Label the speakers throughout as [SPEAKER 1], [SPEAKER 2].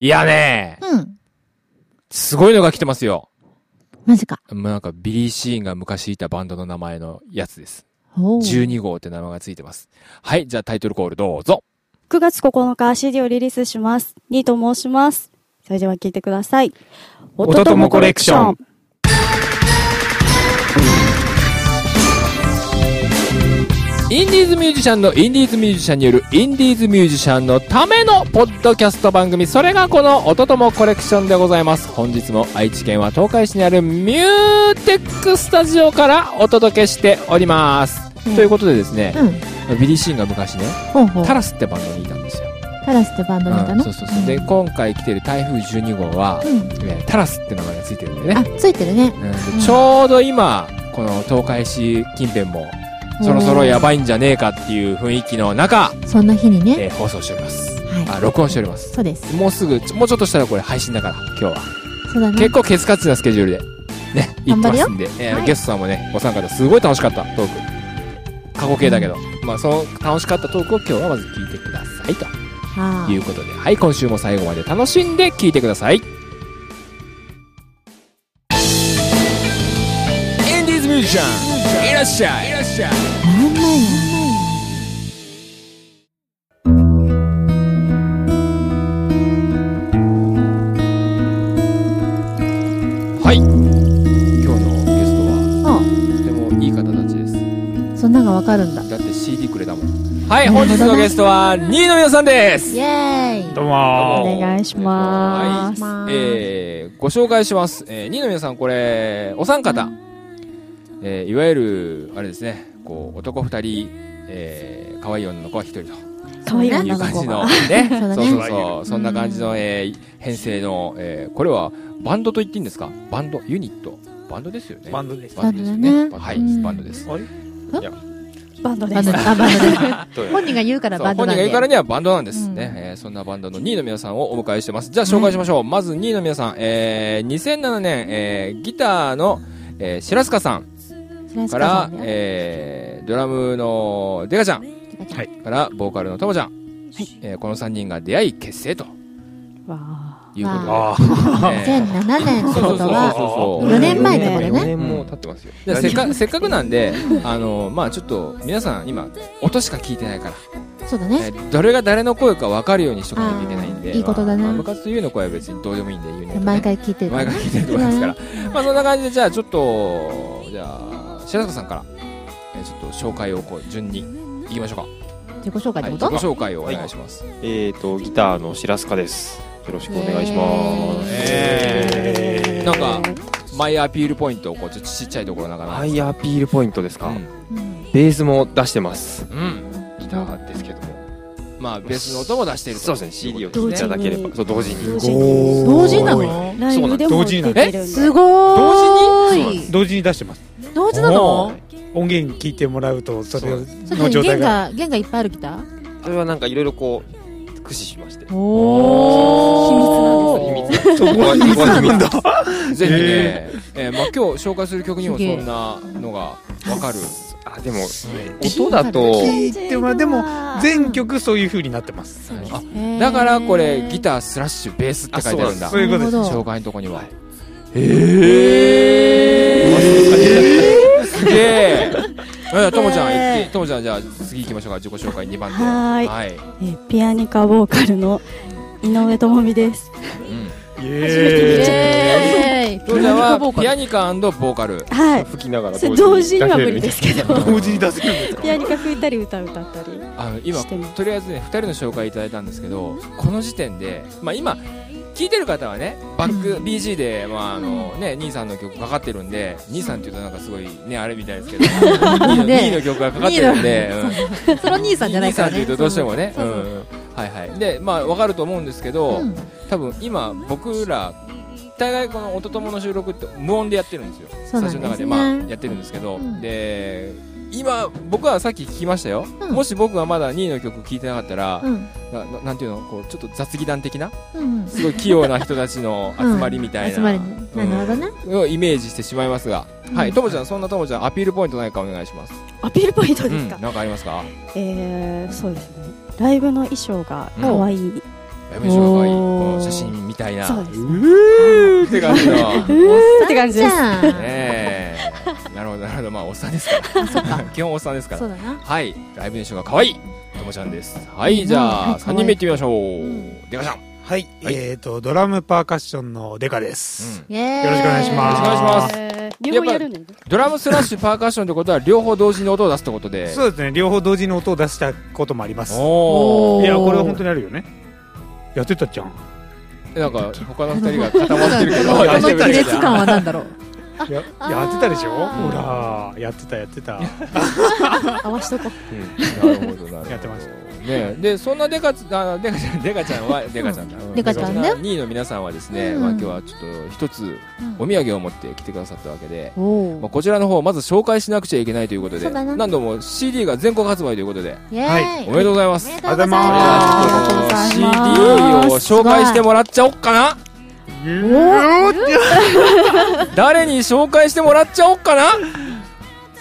[SPEAKER 1] いやね、
[SPEAKER 2] うん。
[SPEAKER 1] すごいのが来てますよ。
[SPEAKER 2] マジか。
[SPEAKER 1] もうなんかビリー・シーンが昔いたバンドの名前のやつです。
[SPEAKER 2] おー
[SPEAKER 1] 12号って名前がついてます。はい、じゃあタイトルコールどうぞ。
[SPEAKER 3] 9月9日 CD をリリースします。にと申します。それでは聞いてください。
[SPEAKER 1] 音ともコレクション。インディーズミュージシャンのインディーズミュージシャンによるインディーズミュージシャンのためのポッドキャスト番組、それがこの音ともコレクションでございます。本日も愛知県は東海市にあるミューテックスタジオからお届けしております。
[SPEAKER 2] うん
[SPEAKER 1] ということでですね、
[SPEAKER 2] うん。
[SPEAKER 1] ビリーシーンが昔ね、
[SPEAKER 2] ほうほう。
[SPEAKER 1] タラスってバンドにいたんですよ。
[SPEAKER 2] タラスってバンド名だ
[SPEAKER 1] うん
[SPEAKER 2] の
[SPEAKER 1] そうそうそう。で、今回来てる台風12号は、
[SPEAKER 2] うん。
[SPEAKER 1] えータラスって名前がついてるんでね
[SPEAKER 2] あ。、ついてるね。
[SPEAKER 1] うんで
[SPEAKER 2] うん
[SPEAKER 1] ちょうど今、この東海市近辺も、そろそろやばいんじゃねえかっていう雰囲気の中、
[SPEAKER 2] そんな日にね。
[SPEAKER 1] えー放送しております。
[SPEAKER 2] は
[SPEAKER 1] あ、録音しております。
[SPEAKER 2] そうです。
[SPEAKER 1] もうすぐ、ちょもうちょっとしたらこれ配信だから、今日は。
[SPEAKER 2] そうだね
[SPEAKER 1] 結。構ケツカツなスケジュールで、ね、行ってま
[SPEAKER 2] 頑張るよ
[SPEAKER 1] すんで、えー
[SPEAKER 2] はい
[SPEAKER 1] ゲストさんもね、ご参加ですごい楽しかった、トーク。過去形だけど、まあその楽しかったトークを今日はまず聞いてください、と
[SPEAKER 2] あ
[SPEAKER 1] いうことで、はい、今週も最後まで楽しんで聞いてください。インディーズミュージシャン、いらっしゃい、いらっしゃい。
[SPEAKER 2] あ。なんないよ。
[SPEAKER 1] はい。今日のゲストは
[SPEAKER 2] あ
[SPEAKER 1] とてもいい方たちです。
[SPEAKER 2] あ、そんなんがわかるんだ。
[SPEAKER 1] だって CD くれたもん。はい、
[SPEAKER 2] なるほ
[SPEAKER 1] 本
[SPEAKER 2] ど
[SPEAKER 1] 日
[SPEAKER 2] な
[SPEAKER 1] のゲストは、2位の皆さんです
[SPEAKER 2] イエーイ。
[SPEAKER 4] どうも
[SPEAKER 3] お願いします
[SPEAKER 1] はいえー、ご紹介します。えー、2位の皆さん、これ、お三方。えー、いわゆる、あれですね、こう、男2人、えー、可愛い女の子は1人と
[SPEAKER 3] 可愛い
[SPEAKER 1] い
[SPEAKER 3] 女
[SPEAKER 1] う
[SPEAKER 3] の
[SPEAKER 1] 感
[SPEAKER 3] 子
[SPEAKER 1] じの
[SPEAKER 3] が。、
[SPEAKER 1] ね。
[SPEAKER 2] そうだね
[SPEAKER 1] そうそうそう。そんな感じの、えー、編成の、えー、これは、バンドと言っていいんですかバンド、ユニット。バンドですよね。
[SPEAKER 4] バンドです。
[SPEAKER 1] バンドですよ
[SPEAKER 2] そうだ
[SPEAKER 1] ね。
[SPEAKER 2] ね
[SPEAKER 1] は
[SPEAKER 2] う
[SPEAKER 1] い、
[SPEAKER 2] ん
[SPEAKER 1] バンドです。
[SPEAKER 4] あれ
[SPEAKER 3] バンドで
[SPEAKER 2] バンド、
[SPEAKER 3] す。
[SPEAKER 2] あ、バンドだ。
[SPEAKER 4] どうや
[SPEAKER 2] 本人が言うから
[SPEAKER 1] そう
[SPEAKER 2] バンド
[SPEAKER 1] 本人
[SPEAKER 2] な
[SPEAKER 1] が
[SPEAKER 2] んで
[SPEAKER 1] 言うからにはバンドなんです
[SPEAKER 2] うん
[SPEAKER 1] ね、えーそんなバンドの2位の皆さんをお迎えしてますじゃあ紹介しましょう、まず2位の皆さん、えー2007年、えーギターの、えー白塚さん
[SPEAKER 2] 白
[SPEAKER 1] か
[SPEAKER 2] 塚さ
[SPEAKER 1] ら
[SPEAKER 2] んだ、よ
[SPEAKER 1] えードラムのデカちゃんからボーカルのともちゃん、えーこの3人が出会い結成と
[SPEAKER 3] わ
[SPEAKER 1] いうことで、
[SPEAKER 4] あ
[SPEAKER 1] えー
[SPEAKER 2] 2007年って
[SPEAKER 1] そうそ
[SPEAKER 2] こ
[SPEAKER 1] うそう
[SPEAKER 2] と
[SPEAKER 1] そう
[SPEAKER 2] は、
[SPEAKER 1] そう
[SPEAKER 2] 4年前ってことだ
[SPEAKER 4] 4
[SPEAKER 2] ね。
[SPEAKER 4] 年も経ってますよ。
[SPEAKER 1] じゃあせっかせっかくなんで、あのまあ、ちょっと皆さん今音しか聞いてないから
[SPEAKER 2] そうだね。
[SPEAKER 1] えーどれが誰の声か分かるようにしとかなきゃいけないん
[SPEAKER 2] あ
[SPEAKER 1] で
[SPEAKER 2] ーいいことだね
[SPEAKER 1] まあまあ部活というの声は別にどうでもいいんで言うねとね
[SPEAKER 2] 毎回聞いてる。
[SPEAKER 1] 毎回聞いてると思いますから、まあ、そんな感じでじゃあちょっとじゃあ白坂さんから、えーちょっと紹介をこう順にいきましょう
[SPEAKER 2] 自己紹
[SPEAKER 1] か、はい、
[SPEAKER 2] 介ってこ
[SPEAKER 1] 自己紹
[SPEAKER 2] と
[SPEAKER 1] 介をお願いします、
[SPEAKER 4] えーと、ギターの白塚です。よろしくお願いします。
[SPEAKER 1] え
[SPEAKER 4] え
[SPEAKER 1] なんかマイアピールポイントをこうちょっとちっちゃいところながら
[SPEAKER 4] ハイアピールポイントですか、
[SPEAKER 1] うん
[SPEAKER 2] うん
[SPEAKER 4] ベースも出してます。
[SPEAKER 1] うん
[SPEAKER 4] ギターですけども。
[SPEAKER 1] まあベースの音も出していると
[SPEAKER 4] そうですね、CD を
[SPEAKER 1] と
[SPEAKER 4] 聴いていただけれ
[SPEAKER 3] 同時
[SPEAKER 4] ば。
[SPEAKER 3] に
[SPEAKER 4] そう、同時
[SPEAKER 2] 同時
[SPEAKER 3] 同時に
[SPEAKER 4] に。
[SPEAKER 2] なの
[SPEAKER 3] ライブでも出てるん
[SPEAKER 1] え
[SPEAKER 3] です
[SPEAKER 2] ごーい
[SPEAKER 5] 同時に出してます
[SPEAKER 2] 同時なの
[SPEAKER 5] 音源聞いてもらうとそれ
[SPEAKER 2] ちょっ
[SPEAKER 5] の
[SPEAKER 2] と
[SPEAKER 5] 状
[SPEAKER 2] 弦
[SPEAKER 5] 態が
[SPEAKER 2] が、弦がいっぱいあるギター
[SPEAKER 4] それはなんかいろいろこう、駆使しまして。
[SPEAKER 2] おー
[SPEAKER 4] 秘密そこは秘密なんだ。
[SPEAKER 1] ぜひね、えーまあ、今日紹介する曲にも
[SPEAKER 2] す
[SPEAKER 1] そ
[SPEAKER 2] げえ
[SPEAKER 1] んなのが分かる
[SPEAKER 4] あ、でも、音だと、
[SPEAKER 5] 聞いてもらうでも全曲そういう風になってます
[SPEAKER 1] あだからこれギタースラッシュベースって書いてあるんだ
[SPEAKER 4] あ
[SPEAKER 5] そういうことです
[SPEAKER 1] 紹介のとこには
[SPEAKER 4] はい
[SPEAKER 1] えー、すげええともちゃん
[SPEAKER 3] え
[SPEAKER 1] 行っ
[SPEAKER 3] ー
[SPEAKER 1] てともちゃんじゃあ次行きましょうか自己紹介2番手
[SPEAKER 3] はーい
[SPEAKER 1] はい、
[SPEAKER 3] えーピアニカボーカルの井上智美です。
[SPEAKER 1] うん、
[SPEAKER 5] イ
[SPEAKER 2] え
[SPEAKER 1] ともちゃんはピアニカボーカル
[SPEAKER 3] はい。
[SPEAKER 4] 吹きながら
[SPEAKER 3] それ
[SPEAKER 4] 同
[SPEAKER 3] 同
[SPEAKER 4] 時
[SPEAKER 3] 時
[SPEAKER 4] に
[SPEAKER 3] に
[SPEAKER 4] 出
[SPEAKER 3] は
[SPEAKER 4] せ
[SPEAKER 3] 無
[SPEAKER 4] る
[SPEAKER 3] 理
[SPEAKER 4] みた
[SPEAKER 3] で
[SPEAKER 4] い
[SPEAKER 3] すけ ど、
[SPEAKER 5] 同時に出せるんですか
[SPEAKER 3] ピアニカ吹いたり歌歌ったり
[SPEAKER 1] あの今
[SPEAKER 3] してます。
[SPEAKER 1] とりあえずね2人の紹介いただいたんですけどこの時点で、まあ、今聞いてる方はねバック BG で、まああのね、兄さんの曲かかってるんで兄さんっていうとなんかすごいねあれみたいですけ ど兄の
[SPEAKER 2] ね
[SPEAKER 1] 兄の曲がかかってるんで、うん
[SPEAKER 2] ー その兄さんじゃないから
[SPEAKER 1] 兄さんって
[SPEAKER 2] ね
[SPEAKER 1] いうとどうしてもね
[SPEAKER 2] そうそう
[SPEAKER 1] うんうんはいはいでまあわかると思うんですけど、
[SPEAKER 2] うん
[SPEAKER 1] 多分今僕ら大概この「おととも」の収録って無音でやってるんですよ
[SPEAKER 2] そうなん
[SPEAKER 1] スタジオの中で
[SPEAKER 2] です
[SPEAKER 1] ま
[SPEAKER 2] ね
[SPEAKER 1] あやってるんですけど、
[SPEAKER 2] うん
[SPEAKER 1] で今僕はさっき聞きましたよ、
[SPEAKER 2] うん
[SPEAKER 1] もし僕がまだ2位の曲聴いてなかったら、
[SPEAKER 2] うん
[SPEAKER 1] なななんていうのこうちょっと雑技団的な
[SPEAKER 2] うん
[SPEAKER 1] すごい器用な人たちの集まりみたいな、
[SPEAKER 2] 集まりねなるほどね
[SPEAKER 1] うんをイメージしてしまいますが、
[SPEAKER 2] うん
[SPEAKER 1] はいともちゃんそんなともちゃんアピールポイントないかお願いします
[SPEAKER 3] アピールポイントですか
[SPEAKER 1] ん、。なんかありますか
[SPEAKER 3] えーそうですね。ライブの衣装が可愛い。
[SPEAKER 1] やめしょかわいい
[SPEAKER 2] おー
[SPEAKER 1] こう写真みたいな。
[SPEAKER 3] そうです
[SPEAKER 1] うーって感じの。ね
[SPEAKER 3] ーって感じです
[SPEAKER 2] じゃん
[SPEAKER 1] え。 なるほど、なるほど。まあ、おっさんですから。 基本おっさんですか
[SPEAKER 2] そう
[SPEAKER 1] ら。
[SPEAKER 2] だな。
[SPEAKER 1] はい。ライブ印象が可愛い。ともちゃんです。はい、じゃ
[SPEAKER 2] う
[SPEAKER 1] あ、
[SPEAKER 2] ん
[SPEAKER 1] 三人目いってみましょう
[SPEAKER 2] うん。
[SPEAKER 1] でかちゃん。
[SPEAKER 5] はい、
[SPEAKER 1] はい
[SPEAKER 5] えっ、と、ドラムパーカッションのデカです。
[SPEAKER 1] うん
[SPEAKER 2] イエーイ
[SPEAKER 5] よろしくお願いします
[SPEAKER 1] よろしくお願いします
[SPEAKER 3] えー両方やるんだよね。
[SPEAKER 1] ドラムスラッシュパーカッションってことは、両方同時に音を出すってことで。
[SPEAKER 5] そうですね、両方同時に音を出したこともあります。い
[SPEAKER 1] お
[SPEAKER 2] お
[SPEAKER 1] ー
[SPEAKER 2] ー
[SPEAKER 5] や、これは本当にあるよね。やってたじゃん。
[SPEAKER 1] なんか他の二人が固まってるけ ど
[SPEAKER 5] や
[SPEAKER 2] こ
[SPEAKER 5] っ
[SPEAKER 2] の
[SPEAKER 5] てた
[SPEAKER 2] 亀
[SPEAKER 5] でし
[SPEAKER 2] 裂
[SPEAKER 5] ょ
[SPEAKER 2] 感は何だろう。
[SPEAKER 5] や
[SPEAKER 2] あー
[SPEAKER 5] やってたでしょほら、やってた、やってた。
[SPEAKER 3] 合わしとこ
[SPEAKER 1] うんなるほどなるほど
[SPEAKER 5] やってました
[SPEAKER 1] ねでそんなデカつあデカちゃんデカちゃんはデカちゃんだ
[SPEAKER 2] デカちゃんね
[SPEAKER 1] 2位の皆さんはですね、
[SPEAKER 2] うん
[SPEAKER 1] まあ今日はちょっと一つお土産を持って来てくださったわけで、
[SPEAKER 2] お
[SPEAKER 1] まあ、
[SPEAKER 2] お。
[SPEAKER 1] こちらの方をまず紹介しなくちゃいけないということで
[SPEAKER 2] そうだな
[SPEAKER 1] 何度も CD が全国発売ということで
[SPEAKER 2] イエ
[SPEAKER 5] は
[SPEAKER 2] ーイ。
[SPEAKER 1] おめでとうございます
[SPEAKER 2] おめで
[SPEAKER 5] とうござい
[SPEAKER 1] あ
[SPEAKER 5] ま
[SPEAKER 1] の
[SPEAKER 3] あり
[SPEAKER 1] CD
[SPEAKER 3] がとうござい
[SPEAKER 1] を
[SPEAKER 3] ます
[SPEAKER 1] 紹介してもらっちゃおっかな
[SPEAKER 2] おー
[SPEAKER 1] 誰に紹介してもらっちゃおっかな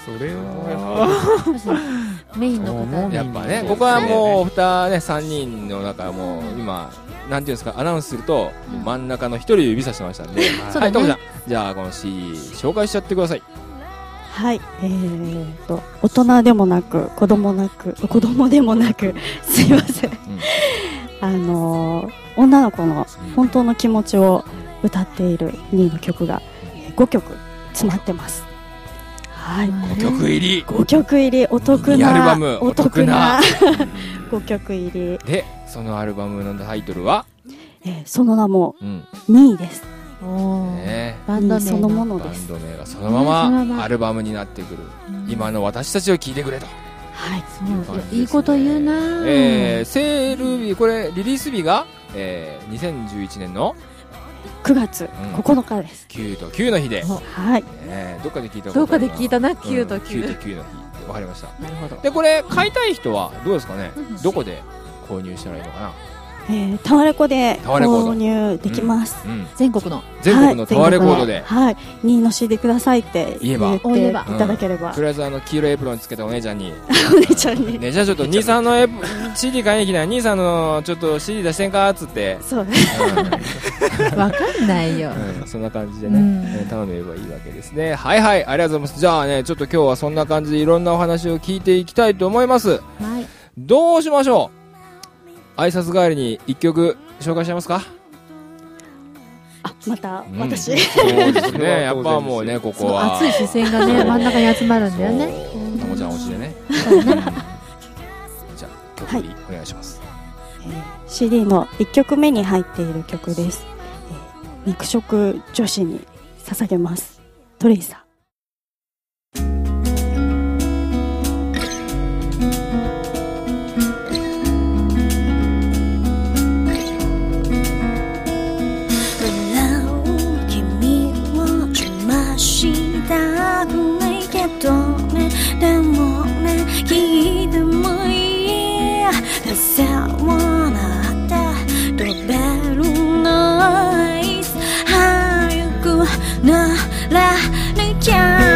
[SPEAKER 5] それは、
[SPEAKER 2] おメインの方
[SPEAKER 5] うん
[SPEAKER 1] やっぱね、ここはもう、二ね、三人の中、もう、今、なんていうんですか、アナウンスすると、
[SPEAKER 2] うん
[SPEAKER 1] 真ん中の一人を指さしてましたんで、
[SPEAKER 2] そ
[SPEAKER 1] は
[SPEAKER 2] うだ
[SPEAKER 1] い、ともちゃ
[SPEAKER 2] ね
[SPEAKER 1] ん。じゃあ、この CD、紹介しちゃってください。
[SPEAKER 3] はい。えーと、大人でもなく、子供なく、子供でもなく、すいません。あのー女の子の本当の気持ちを歌っている2位の曲がえー5曲詰まってます。はい。
[SPEAKER 1] お曲入り。
[SPEAKER 3] 5曲入りお得
[SPEAKER 1] ミニ
[SPEAKER 3] な
[SPEAKER 1] アルバム
[SPEAKER 3] お得な
[SPEAKER 1] お
[SPEAKER 3] 5曲入り、
[SPEAKER 1] で、そのアルバムのタイトルは、
[SPEAKER 3] えーその名も
[SPEAKER 1] うん、
[SPEAKER 3] 2位です。
[SPEAKER 2] おー
[SPEAKER 1] ね
[SPEAKER 2] バンド名
[SPEAKER 3] そのも
[SPEAKER 2] の。
[SPEAKER 3] の
[SPEAKER 1] バ
[SPEAKER 3] です
[SPEAKER 1] ン。ド名がそのま
[SPEAKER 2] その
[SPEAKER 1] ま
[SPEAKER 2] まま
[SPEAKER 1] アルバムになってくる。今の私たちを聴いてくれと。
[SPEAKER 3] はい。
[SPEAKER 2] そういやいいこと言うなー。
[SPEAKER 1] えー、セール日、これ、リリース日が、えー、2011年の
[SPEAKER 3] 9月9日です。
[SPEAKER 1] 9と9の日で、ね
[SPEAKER 2] ほ
[SPEAKER 3] はい。
[SPEAKER 1] えどっかで聞いたこと
[SPEAKER 2] どうか
[SPEAKER 1] ある
[SPEAKER 2] で
[SPEAKER 1] な
[SPEAKER 2] 聞いたな、
[SPEAKER 1] うん
[SPEAKER 2] 9と
[SPEAKER 1] 9
[SPEAKER 2] 9。
[SPEAKER 1] と9の日わかりました
[SPEAKER 2] なるほど。
[SPEAKER 1] でこれ買いたい人はどうですかね
[SPEAKER 2] うん
[SPEAKER 1] どこで購入したらいいのか
[SPEAKER 3] えー、タワレコで
[SPEAKER 1] タワレコだ
[SPEAKER 3] 購入できます。
[SPEAKER 1] な、うん、
[SPEAKER 2] 全国の。
[SPEAKER 1] 全国のタワーレコードで、
[SPEAKER 3] はい、2位の CD くださいって
[SPEAKER 1] 言
[SPEAKER 3] 言
[SPEAKER 1] えば
[SPEAKER 3] って
[SPEAKER 2] 言え
[SPEAKER 3] い
[SPEAKER 2] ば
[SPEAKER 3] ただければ
[SPEAKER 1] と、りあえずあの黄色いエプロンつけたお姉ちゃんに
[SPEAKER 3] お 姉ちゃんに。
[SPEAKER 1] ねじゃあちょっと兄さんのエプ CD 買いに来ない兄さんのちょっと CD 出してんかっつ って、
[SPEAKER 3] そうね。
[SPEAKER 2] わかんな いよ。
[SPEAKER 1] うんうんそんな感じで
[SPEAKER 2] う
[SPEAKER 1] ね、
[SPEAKER 2] ん
[SPEAKER 1] えー頼めばいいわけですねはいはいありがとうございますじゃあねちょっと今日はそんな感じでいろんなお話を聞いていきたいと思います
[SPEAKER 2] はい。
[SPEAKER 1] どうしましょう挨拶代わりに一曲紹介しちゃいますか
[SPEAKER 3] あ、また
[SPEAKER 1] うん
[SPEAKER 3] 私。
[SPEAKER 1] そうですねやっぱもうねこ
[SPEAKER 2] そ
[SPEAKER 1] こ
[SPEAKER 2] の
[SPEAKER 1] は
[SPEAKER 2] 熱い視線 がね、
[SPEAKER 1] そう
[SPEAKER 2] 真ん中に集まるんだよね。
[SPEAKER 1] そうたもちゃん推しでね
[SPEAKER 2] そうだね
[SPEAKER 1] じゃあ曲振りお願いします、
[SPEAKER 3] CD の1曲目に入っている曲です。えー肉食女子に捧げます。トレイさん。
[SPEAKER 6] 笑う君をましたくないけどねでもね聞いてもいい風をなって飛べるノイズ早くならな
[SPEAKER 3] 아,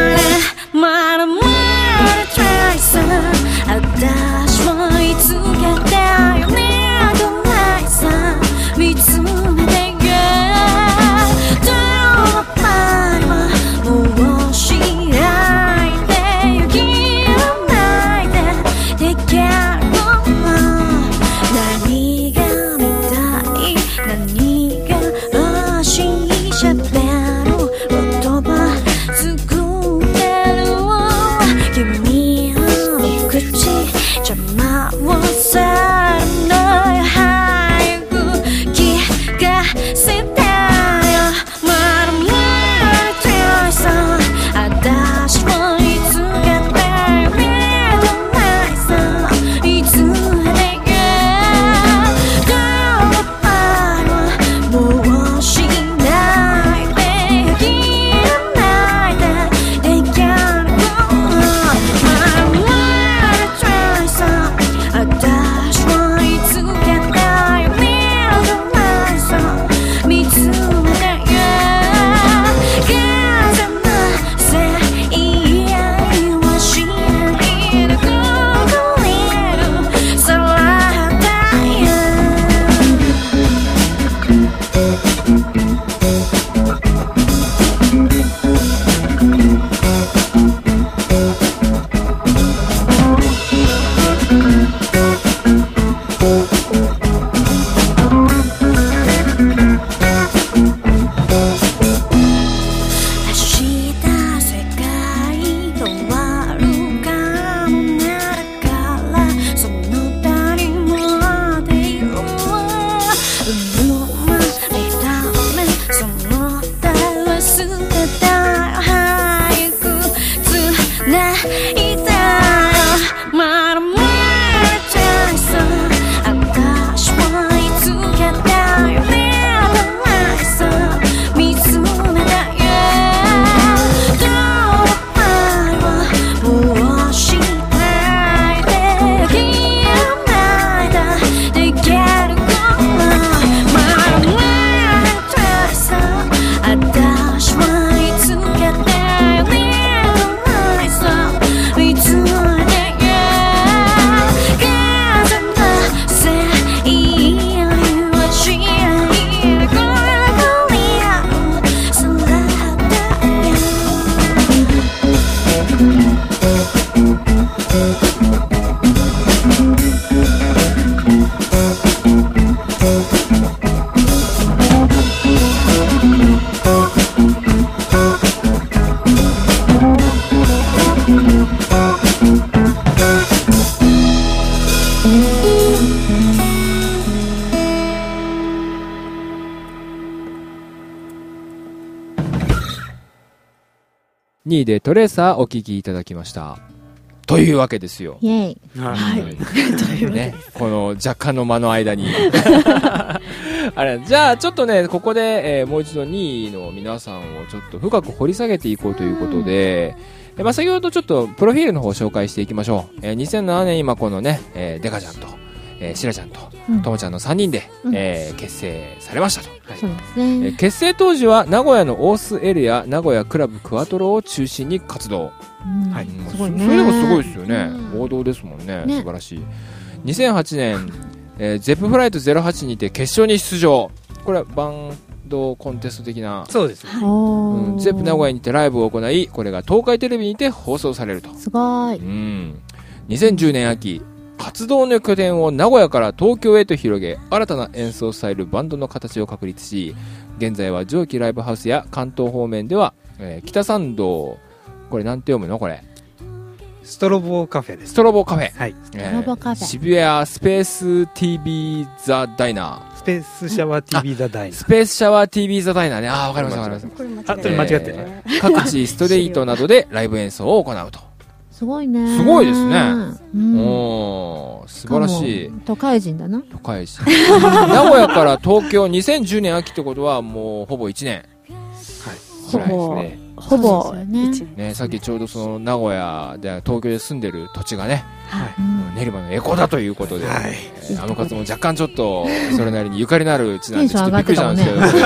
[SPEAKER 1] 2位でトレーサーお聴きいただきました。というわけですよ。
[SPEAKER 2] イェイ。
[SPEAKER 3] はい。というわけで
[SPEAKER 1] ね、この若干の間の間に あれじゃあちょっとねここで、えーもう一度2位の皆さんをちょっと深く掘り下げていこうということで、えーまあ、先ほどちょっとプロフィールの方を紹介していきましょう、えー2007年今このね、えーデカちゃんと、えーシラちゃんと
[SPEAKER 2] うん
[SPEAKER 1] ともちゃんの3人で、
[SPEAKER 2] うん
[SPEAKER 1] えー結成されましたと、
[SPEAKER 2] そうです
[SPEAKER 1] え
[SPEAKER 2] ね。
[SPEAKER 1] ー結成当時は名古屋の大須エリア名古屋クラブクワトロを中心に活動
[SPEAKER 2] うん
[SPEAKER 5] はい
[SPEAKER 1] うん
[SPEAKER 2] すごいね
[SPEAKER 1] そそれでもすごいですよね、
[SPEAKER 2] うん
[SPEAKER 1] 王道ですもんね
[SPEAKER 2] ね
[SPEAKER 1] 素晴らしい2008年、えーゼップフライト08にて決勝に出場これはバンドコンテスト的な、
[SPEAKER 5] そうです。
[SPEAKER 1] う
[SPEAKER 2] お
[SPEAKER 1] ん
[SPEAKER 2] ー
[SPEAKER 1] ゼップ名古屋にてライブを行いこれが東海テレビにて放送されると、
[SPEAKER 2] すご
[SPEAKER 1] う
[SPEAKER 2] い。
[SPEAKER 1] ん、2010年秋活動の拠点を名古屋から東京へと広げ新たな演奏スタイルバンドの形を確立し現在は上記ライブハウスや関東方面では、えー北参道これなんて読むのこれ
[SPEAKER 5] ストロボカフェです。
[SPEAKER 1] ストロボカフェ
[SPEAKER 5] はい。
[SPEAKER 1] えー
[SPEAKER 2] ロボカフェ
[SPEAKER 1] 渋谷スペース TV ザダイナ
[SPEAKER 5] スペースシャワー TV だダイ
[SPEAKER 1] ー
[SPEAKER 5] ナ
[SPEAKER 1] ス。ペースシャワー TV ザダイナーねああわかりましたわかりまし
[SPEAKER 3] これ間違
[SPEAKER 5] あと間違って
[SPEAKER 1] な
[SPEAKER 5] ないい。
[SPEAKER 1] た各地ストリートなどでライブ演奏を行うと、
[SPEAKER 2] すごいね。
[SPEAKER 1] すごいですね
[SPEAKER 2] うん。
[SPEAKER 1] おー素晴らしい
[SPEAKER 2] しかも都会人だな。
[SPEAKER 1] 都会市 名古屋から東京2010年秋ってことはもうほぼ1年
[SPEAKER 3] ほぼ、ほ
[SPEAKER 2] そ
[SPEAKER 3] ぼ
[SPEAKER 2] うですよね
[SPEAKER 3] 一
[SPEAKER 1] ねさっきちょうどその名古屋で東京で住んでる土地がね、
[SPEAKER 2] うん
[SPEAKER 1] 練馬のエコだということで、
[SPEAKER 5] はい
[SPEAKER 1] えーあの活も若干ちょっとそれなりにゆかりのある地なんでちょっとびっくりしたんですけど、
[SPEAKER 2] テンシ
[SPEAKER 1] エコ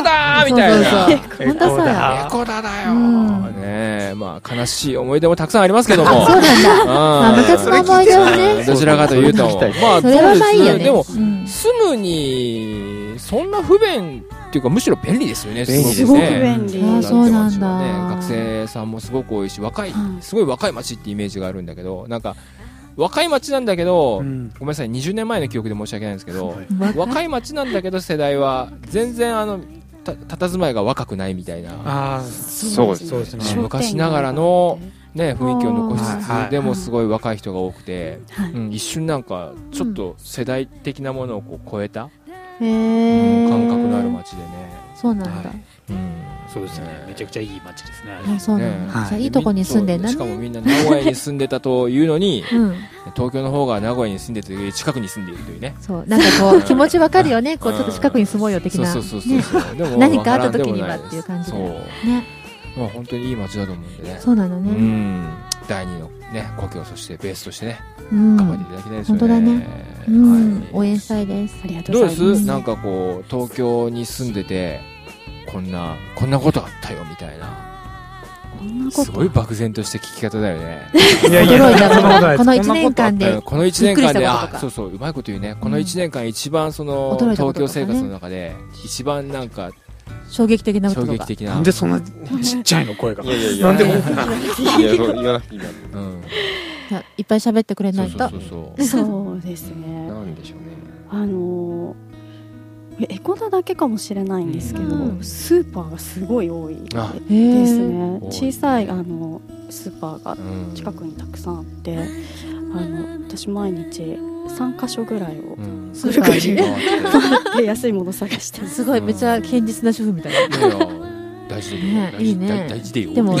[SPEAKER 1] だーみたいな
[SPEAKER 2] そうそうそう本当そうや。
[SPEAKER 1] エコダだよ、
[SPEAKER 2] うん
[SPEAKER 1] ねえまあ悲しい思い出もたくさんありますけども
[SPEAKER 2] あ、そうなんだ。
[SPEAKER 1] あ
[SPEAKER 2] あ部活の思い出はね
[SPEAKER 1] どちらかというと
[SPEAKER 5] それ聞きた
[SPEAKER 1] まあ
[SPEAKER 2] それはない
[SPEAKER 1] そうで
[SPEAKER 2] よ
[SPEAKER 1] す
[SPEAKER 2] ね。
[SPEAKER 1] でも
[SPEAKER 2] うん
[SPEAKER 1] 住むにそんな不便っていうかむしろ便利ですよね
[SPEAKER 4] 便利です
[SPEAKER 3] すごく便利。
[SPEAKER 2] あそうなんだ
[SPEAKER 1] だって街はね学生さんもすごく多いし若い
[SPEAKER 3] はい
[SPEAKER 1] すごい若い町ってイメージがあるんだけどなんか若い町なんだけど、
[SPEAKER 5] うん
[SPEAKER 1] ごめんなさい20年前の記憶で申し訳ないんですけど、
[SPEAKER 5] はい
[SPEAKER 1] 若い町なんだけど世代は全然あのた佇まいが若くないみたいな、
[SPEAKER 5] あ
[SPEAKER 4] そうです
[SPEAKER 5] そうです
[SPEAKER 3] 商店
[SPEAKER 5] ね
[SPEAKER 3] 街
[SPEAKER 1] 昔ながらのね、雰囲気を残しつ
[SPEAKER 5] あーは
[SPEAKER 1] つ
[SPEAKER 5] い
[SPEAKER 1] でもすごい若い人が多くて、
[SPEAKER 3] はい
[SPEAKER 1] うん一瞬なんかちょっと世代的なものをこう超えた、
[SPEAKER 2] へー
[SPEAKER 1] 感覚のある街でね、
[SPEAKER 2] そうなんだ
[SPEAKER 5] は。あ、そうですね。めちゃくちゃいい街ですね。
[SPEAKER 2] あ、そうなん
[SPEAKER 5] は
[SPEAKER 2] だ。
[SPEAKER 5] い
[SPEAKER 2] じゃあいいとこに住んでんだ
[SPEAKER 1] しかも
[SPEAKER 2] ね。
[SPEAKER 1] みんな名古屋に住んでたというのに
[SPEAKER 2] うん。
[SPEAKER 1] 東京の方が名古屋に住んでて近くに住んでいるというね
[SPEAKER 2] そう。なんかこ う、気持ちわかるよね。こう、ちょっと近くに住もうよ的
[SPEAKER 1] そう
[SPEAKER 2] な。
[SPEAKER 1] そうそうそうそう、でも
[SPEAKER 2] 何かあった時にはっていう感じ
[SPEAKER 1] そ
[SPEAKER 2] で
[SPEAKER 1] う
[SPEAKER 2] ね。
[SPEAKER 1] まあ本当にいい街だと思うんでね
[SPEAKER 2] そうなの
[SPEAKER 1] う
[SPEAKER 2] ね。
[SPEAKER 1] ん第二のね故郷そしてベースとしてね
[SPEAKER 2] うん。
[SPEAKER 1] 頑張っていただきたいですよね
[SPEAKER 2] 本当だねうん。
[SPEAKER 1] は
[SPEAKER 2] 応
[SPEAKER 1] い
[SPEAKER 2] 援したいです。
[SPEAKER 3] ありがとう
[SPEAKER 1] どう
[SPEAKER 3] ご
[SPEAKER 1] で
[SPEAKER 3] ざいます。
[SPEAKER 1] すなんかこう東京に住んでてこんなこんなことあったよみたいな
[SPEAKER 3] こんなこ
[SPEAKER 1] す
[SPEAKER 3] と
[SPEAKER 1] ごい漠然とした聞き方だよね
[SPEAKER 5] いやい
[SPEAKER 2] 驚いた
[SPEAKER 5] そんなことないです
[SPEAKER 2] この1年間
[SPEAKER 1] う
[SPEAKER 2] で
[SPEAKER 1] ん。この1年間
[SPEAKER 2] びっくり
[SPEAKER 1] で
[SPEAKER 2] したことと
[SPEAKER 1] あ
[SPEAKER 2] か
[SPEAKER 1] そうそううまいこと言うねこの1年間一番そ
[SPEAKER 2] うん
[SPEAKER 1] の
[SPEAKER 2] 驚いたこ
[SPEAKER 1] 東
[SPEAKER 2] ととかね
[SPEAKER 1] 京生活の中で一番なんか
[SPEAKER 2] 衝撃的なこ
[SPEAKER 1] 衝
[SPEAKER 2] とが
[SPEAKER 1] 撃。的
[SPEAKER 5] な
[SPEAKER 1] なん
[SPEAKER 5] でそんなちっちゃいの声が。
[SPEAKER 4] いやいやいや。
[SPEAKER 5] なんでも。
[SPEAKER 4] い や、そう言わなくていいな。
[SPEAKER 1] うん
[SPEAKER 2] じゃあいっぱい喋ってくれ
[SPEAKER 1] そ
[SPEAKER 2] な
[SPEAKER 1] う
[SPEAKER 2] い
[SPEAKER 1] そう
[SPEAKER 2] と
[SPEAKER 1] そ。うそう
[SPEAKER 3] そうですね。
[SPEAKER 4] なんでしょうね。
[SPEAKER 3] あのーえエコダだけかもしれないんですけど、
[SPEAKER 2] うん
[SPEAKER 3] スーパーがすごい多い
[SPEAKER 1] あ
[SPEAKER 3] で
[SPEAKER 2] へー
[SPEAKER 3] すね
[SPEAKER 1] 多い
[SPEAKER 3] 小さいあのスーパーが
[SPEAKER 1] うん
[SPEAKER 3] 近くにたくさんあって、あの私毎日3箇所ぐらいを
[SPEAKER 1] うん
[SPEAKER 3] ぐるぐる
[SPEAKER 1] 変わってる
[SPEAKER 3] で安いもの探してます
[SPEAKER 2] すごい、めちゃ堅実な主婦みたいな。
[SPEAKER 1] いやいや大事で
[SPEAKER 2] ね
[SPEAKER 1] よ。
[SPEAKER 2] いいね
[SPEAKER 1] 大事でよ。
[SPEAKER 2] でも
[SPEAKER 1] 大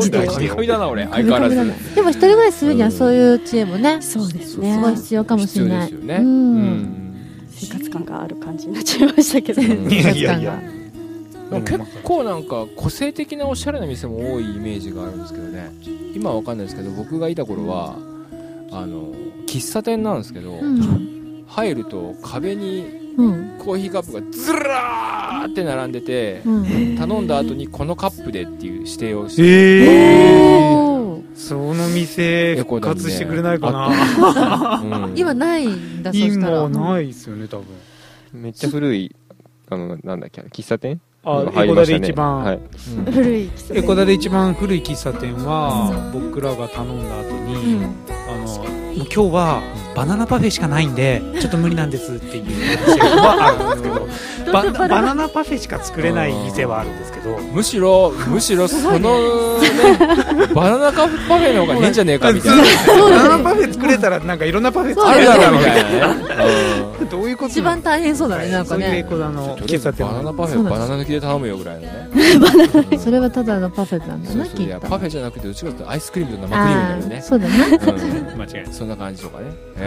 [SPEAKER 1] 事
[SPEAKER 2] 事
[SPEAKER 1] だ
[SPEAKER 2] だ
[SPEAKER 1] よ。神
[SPEAKER 2] よ
[SPEAKER 1] 々だな、俺。相変わらず。
[SPEAKER 2] でも一人暮らしするにはそういう知恵もね、す
[SPEAKER 3] そうです
[SPEAKER 1] そう
[SPEAKER 2] ごい
[SPEAKER 3] ね
[SPEAKER 2] 必要かもしれない。
[SPEAKER 1] 必要ですよね
[SPEAKER 2] う。
[SPEAKER 1] うんん。
[SPEAKER 3] 生活感がある感じになっちゃいましたけど、
[SPEAKER 1] うん
[SPEAKER 5] いやいやいや。
[SPEAKER 1] でも結構なんか個性的なおしゃれな店も多いイメージがあるんですけどね。今はわかんないですけど、僕がいた頃は、あの、喫茶店なんですけど、
[SPEAKER 2] うん。
[SPEAKER 1] 入ると壁に
[SPEAKER 2] うん。
[SPEAKER 1] コーヒーカップがずらーって並んでて、
[SPEAKER 2] うん。
[SPEAKER 1] 頼んだ後にこのカップでっていう指定をして、
[SPEAKER 5] ええ。
[SPEAKER 2] おー
[SPEAKER 5] その店復活してくれないかな。
[SPEAKER 1] うん
[SPEAKER 2] 今ないんだ、そしたら。
[SPEAKER 5] 今ないですよね多分。
[SPEAKER 4] めっちゃ古い、あの、なんだっけ、喫茶店入
[SPEAKER 5] あエ
[SPEAKER 4] りま
[SPEAKER 5] コダ
[SPEAKER 4] した
[SPEAKER 5] で
[SPEAKER 4] ね
[SPEAKER 5] 一番。
[SPEAKER 4] はい。
[SPEAKER 1] うん
[SPEAKER 3] 古い喫茶店
[SPEAKER 5] エコダで一番古い喫茶店は僕らが頼んだ後に、
[SPEAKER 2] うん
[SPEAKER 5] ああのもう今日はバナナパフェしかないんでちょっと無理なんですっていう店はあるんですけ どバナバナナパフェしか作れない店はあるんですけど
[SPEAKER 1] むしろむしろその、ね、バナナカフェパフェの方がねえんじゃねえかみ たいな
[SPEAKER 5] バナナパフェ作れたらなんかいろんなパフェ作
[SPEAKER 1] あ
[SPEAKER 5] れ
[SPEAKER 1] るだ
[SPEAKER 5] たら
[SPEAKER 1] ろうみたいな ね、
[SPEAKER 5] どういうこと
[SPEAKER 2] 一番大変そうだね、なんか
[SPEAKER 5] そういう
[SPEAKER 2] ね。
[SPEAKER 5] こうあの
[SPEAKER 1] うん、とりあえ
[SPEAKER 5] 喫
[SPEAKER 1] ず
[SPEAKER 5] 茶店
[SPEAKER 1] バナナ
[SPEAKER 5] の
[SPEAKER 1] パフ
[SPEAKER 2] そう
[SPEAKER 1] ェ
[SPEAKER 2] な
[SPEAKER 1] バ
[SPEAKER 2] んです
[SPEAKER 1] ナナ抜きで頼むよぐらいのねう ん
[SPEAKER 2] それはただのパフェなんだ
[SPEAKER 1] そう
[SPEAKER 2] な、
[SPEAKER 1] そう
[SPEAKER 2] き
[SPEAKER 1] い
[SPEAKER 2] っ
[SPEAKER 1] や
[SPEAKER 2] と。
[SPEAKER 1] パフェじゃなくてうちらとアイスクリームと生クリームにな
[SPEAKER 2] あ
[SPEAKER 1] る
[SPEAKER 2] あ、
[SPEAKER 1] ね
[SPEAKER 2] そうだな。
[SPEAKER 1] うん
[SPEAKER 5] 間違いない
[SPEAKER 1] そんな感じとかね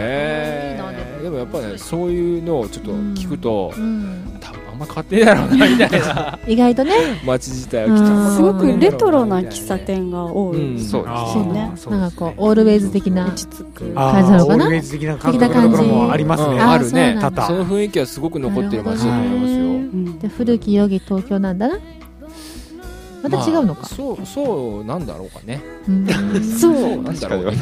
[SPEAKER 1] へ
[SPEAKER 2] いいなで
[SPEAKER 1] え
[SPEAKER 2] も
[SPEAKER 1] でもやっぱねそういうのをちょっと聞くと、
[SPEAKER 2] うん
[SPEAKER 1] 多分あんま買ってねえだろうなみたい な
[SPEAKER 2] 意外とね、
[SPEAKER 1] 街自体はきっと
[SPEAKER 3] すごくレトロな喫茶店が多い、
[SPEAKER 1] うん
[SPEAKER 4] そうです
[SPEAKER 5] あー
[SPEAKER 2] そう
[SPEAKER 3] ね
[SPEAKER 5] そ
[SPEAKER 2] なん
[SPEAKER 5] で
[SPEAKER 2] か
[SPEAKER 5] す
[SPEAKER 2] こう、オールウェイズ的な。
[SPEAKER 3] 落ち着く
[SPEAKER 5] あー
[SPEAKER 2] 感じなのかな
[SPEAKER 5] オールウェイズ的な感覚のところもあります
[SPEAKER 1] う
[SPEAKER 5] ね
[SPEAKER 1] ん
[SPEAKER 5] あ
[SPEAKER 1] あるね
[SPEAKER 2] あそうなんだ
[SPEAKER 5] 多
[SPEAKER 1] そ
[SPEAKER 5] 々
[SPEAKER 1] の雰囲気はすごく残ってる街だと思います
[SPEAKER 2] なるほど
[SPEAKER 1] よ
[SPEAKER 2] ね
[SPEAKER 3] うん
[SPEAKER 2] で古き良き東京なんだな。また違うの
[SPEAKER 1] ま
[SPEAKER 2] か
[SPEAKER 1] あ。そうそうなんだろうかね
[SPEAKER 2] うん
[SPEAKER 1] そうなんだろうね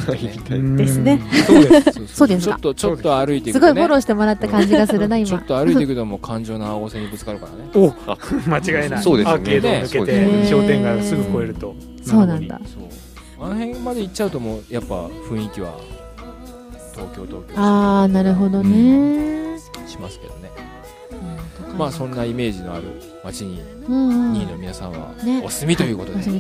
[SPEAKER 5] うん
[SPEAKER 3] ですね
[SPEAKER 5] そうです
[SPEAKER 2] そうです
[SPEAKER 1] ちょ
[SPEAKER 2] か
[SPEAKER 1] っとちょっと歩いてい
[SPEAKER 2] す
[SPEAKER 1] く
[SPEAKER 2] ごい
[SPEAKER 1] と
[SPEAKER 2] フォ
[SPEAKER 1] ね
[SPEAKER 2] ローしてもらった感じがするな、
[SPEAKER 1] ちょ
[SPEAKER 2] 今
[SPEAKER 1] っ。と歩いていくともう感情の青線にぶつかるからね
[SPEAKER 5] お 間違いない
[SPEAKER 4] そうですね
[SPEAKER 5] アーケードを抜け
[SPEAKER 2] ね
[SPEAKER 5] て商店街をすぐ越えると
[SPEAKER 2] そうなんだ。
[SPEAKER 1] そうあの辺まで行っちゃうともうやっぱ雰囲気は東京東京
[SPEAKER 2] ああ、なるほどね。
[SPEAKER 1] しますけどねまあそんなイメージのある街に
[SPEAKER 2] うんうん
[SPEAKER 1] 2位の皆さんは
[SPEAKER 2] ね
[SPEAKER 1] お住みということで、
[SPEAKER 2] そこ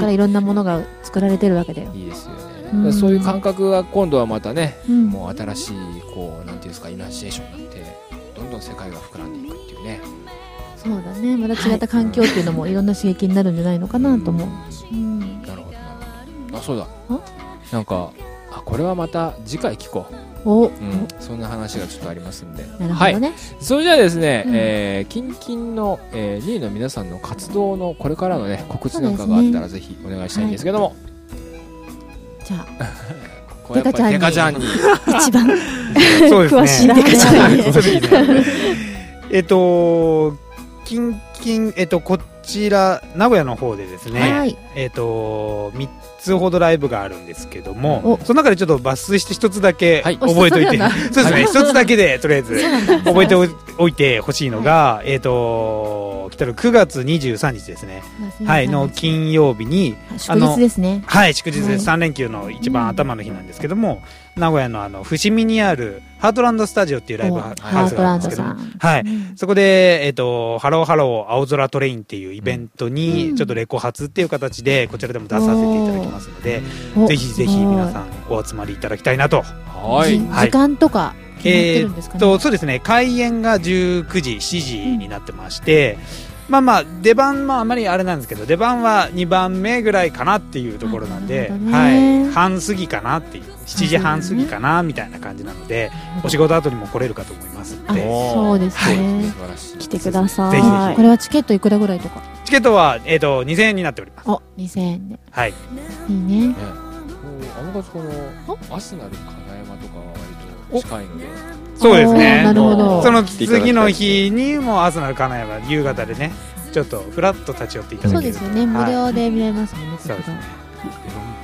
[SPEAKER 2] からいろんなものが作られてるわけだよ。
[SPEAKER 1] いいですよね、だ
[SPEAKER 2] うん
[SPEAKER 1] からそういう感覚が今度はまたね、
[SPEAKER 2] うん
[SPEAKER 1] もう新しいこうなんていうんですかイマジネーションになってどんどん世界が膨らんでいくっていうね
[SPEAKER 2] そうだね。また違った環境っていうのもいろんな刺激になるんじゃないのかなと思う。うん
[SPEAKER 1] なるほどなるほどあそうだなんかあこれはまた次回聞こう
[SPEAKER 2] お、
[SPEAKER 1] うん、そんな話がちょっとありますんで。
[SPEAKER 2] なる
[SPEAKER 1] は
[SPEAKER 2] ほど
[SPEAKER 1] い。
[SPEAKER 2] ね。
[SPEAKER 1] それじゃあですね、
[SPEAKER 2] うん
[SPEAKER 1] えー、キンキンの、えー、2位の皆さんの活動のこれからのね、告知なんかがあったらぜひお願いしたいんですけども、
[SPEAKER 2] じゃあ、
[SPEAKER 1] これやっぱりデ
[SPEAKER 2] デ
[SPEAKER 1] カ
[SPEAKER 2] カ
[SPEAKER 1] ち
[SPEAKER 2] ち
[SPEAKER 1] ゃ
[SPEAKER 2] ゃ
[SPEAKER 1] ん
[SPEAKER 2] ん
[SPEAKER 1] に。
[SPEAKER 3] 一 番
[SPEAKER 5] そうですね
[SPEAKER 3] 詳しいデカちゃんに
[SPEAKER 5] そうですね えっとキンキンえっとこちら名古屋の方でですね、
[SPEAKER 2] はい。
[SPEAKER 5] えっと3つほどライブがあるんですけども
[SPEAKER 2] お
[SPEAKER 5] その中でちょっと抜粋して1つだけ
[SPEAKER 1] はい
[SPEAKER 5] 覚えてお
[SPEAKER 2] お一つだけ
[SPEAKER 5] いて、
[SPEAKER 2] なん
[SPEAKER 5] そうです
[SPEAKER 1] は
[SPEAKER 5] ね
[SPEAKER 1] い
[SPEAKER 5] 1つだけでとりあえず
[SPEAKER 2] そうなんだ。
[SPEAKER 5] 覚えておいてほしいのが、えっと来たる9月23日ですね、はい、の金曜日に
[SPEAKER 2] 祝日ですね。
[SPEAKER 5] はい祝日
[SPEAKER 2] は
[SPEAKER 5] で
[SPEAKER 2] い
[SPEAKER 5] す、3連休の一番頭の日なんですけども、名古屋のあの伏見にあるハートランドスタジオっていうライブハ
[SPEAKER 2] お
[SPEAKER 5] ハ
[SPEAKER 2] ハ
[SPEAKER 5] ウ
[SPEAKER 2] ー
[SPEAKER 5] ス
[SPEAKER 2] ト
[SPEAKER 5] が
[SPEAKER 2] ラ
[SPEAKER 5] あるん
[SPEAKER 2] ン
[SPEAKER 5] で
[SPEAKER 2] ド
[SPEAKER 5] すけど
[SPEAKER 2] さ
[SPEAKER 5] も
[SPEAKER 2] ん。
[SPEAKER 5] はい、
[SPEAKER 2] うん
[SPEAKER 5] そこで、えっと「ハローハロー青空トレイン」っていうイベント
[SPEAKER 2] う
[SPEAKER 5] に
[SPEAKER 2] ん
[SPEAKER 5] ちょっとレコ発っていう形でこちらでも出させていただきますので、ぜひぜひ皆さんお集まりいただきたいなと。
[SPEAKER 2] お
[SPEAKER 1] は
[SPEAKER 2] じ
[SPEAKER 1] い。
[SPEAKER 5] はい
[SPEAKER 2] 時間とか決まってるんですか
[SPEAKER 5] えーっ
[SPEAKER 2] ね。
[SPEAKER 5] とそうですね開演が19時7時になってまして、まあまあ出番まああまりあれなんですけど出番は2番目ぐらいかなっていうところなんで、
[SPEAKER 2] あなるほどね
[SPEAKER 5] はい、半過ぎかなっていう7時半過ぎかなみたいな感じなので、お仕事後にも来れるかと思います
[SPEAKER 2] あ、
[SPEAKER 5] ので
[SPEAKER 2] そうですね。
[SPEAKER 1] 素晴らしい。
[SPEAKER 3] 来てください
[SPEAKER 5] ぜひぜ
[SPEAKER 2] これはチケットいくらぐらいとか。
[SPEAKER 5] チケットは、えーっと2000円になっております。
[SPEAKER 2] お、2000円で。
[SPEAKER 5] はい、
[SPEAKER 2] いいね。
[SPEAKER 1] ね、もうあの方このアスナル金山とかは割と近いので、
[SPEAKER 5] そうです
[SPEAKER 2] おー
[SPEAKER 5] ね
[SPEAKER 2] なるほど。
[SPEAKER 5] その次の日にもアスナル金谷は夕方でねちょっとフラッと立ち寄っていた
[SPEAKER 2] そ
[SPEAKER 5] だ
[SPEAKER 2] う
[SPEAKER 5] け
[SPEAKER 2] で
[SPEAKER 5] ると
[SPEAKER 2] すよね。無
[SPEAKER 5] はい
[SPEAKER 2] 料で見れますもんね。
[SPEAKER 5] そうですね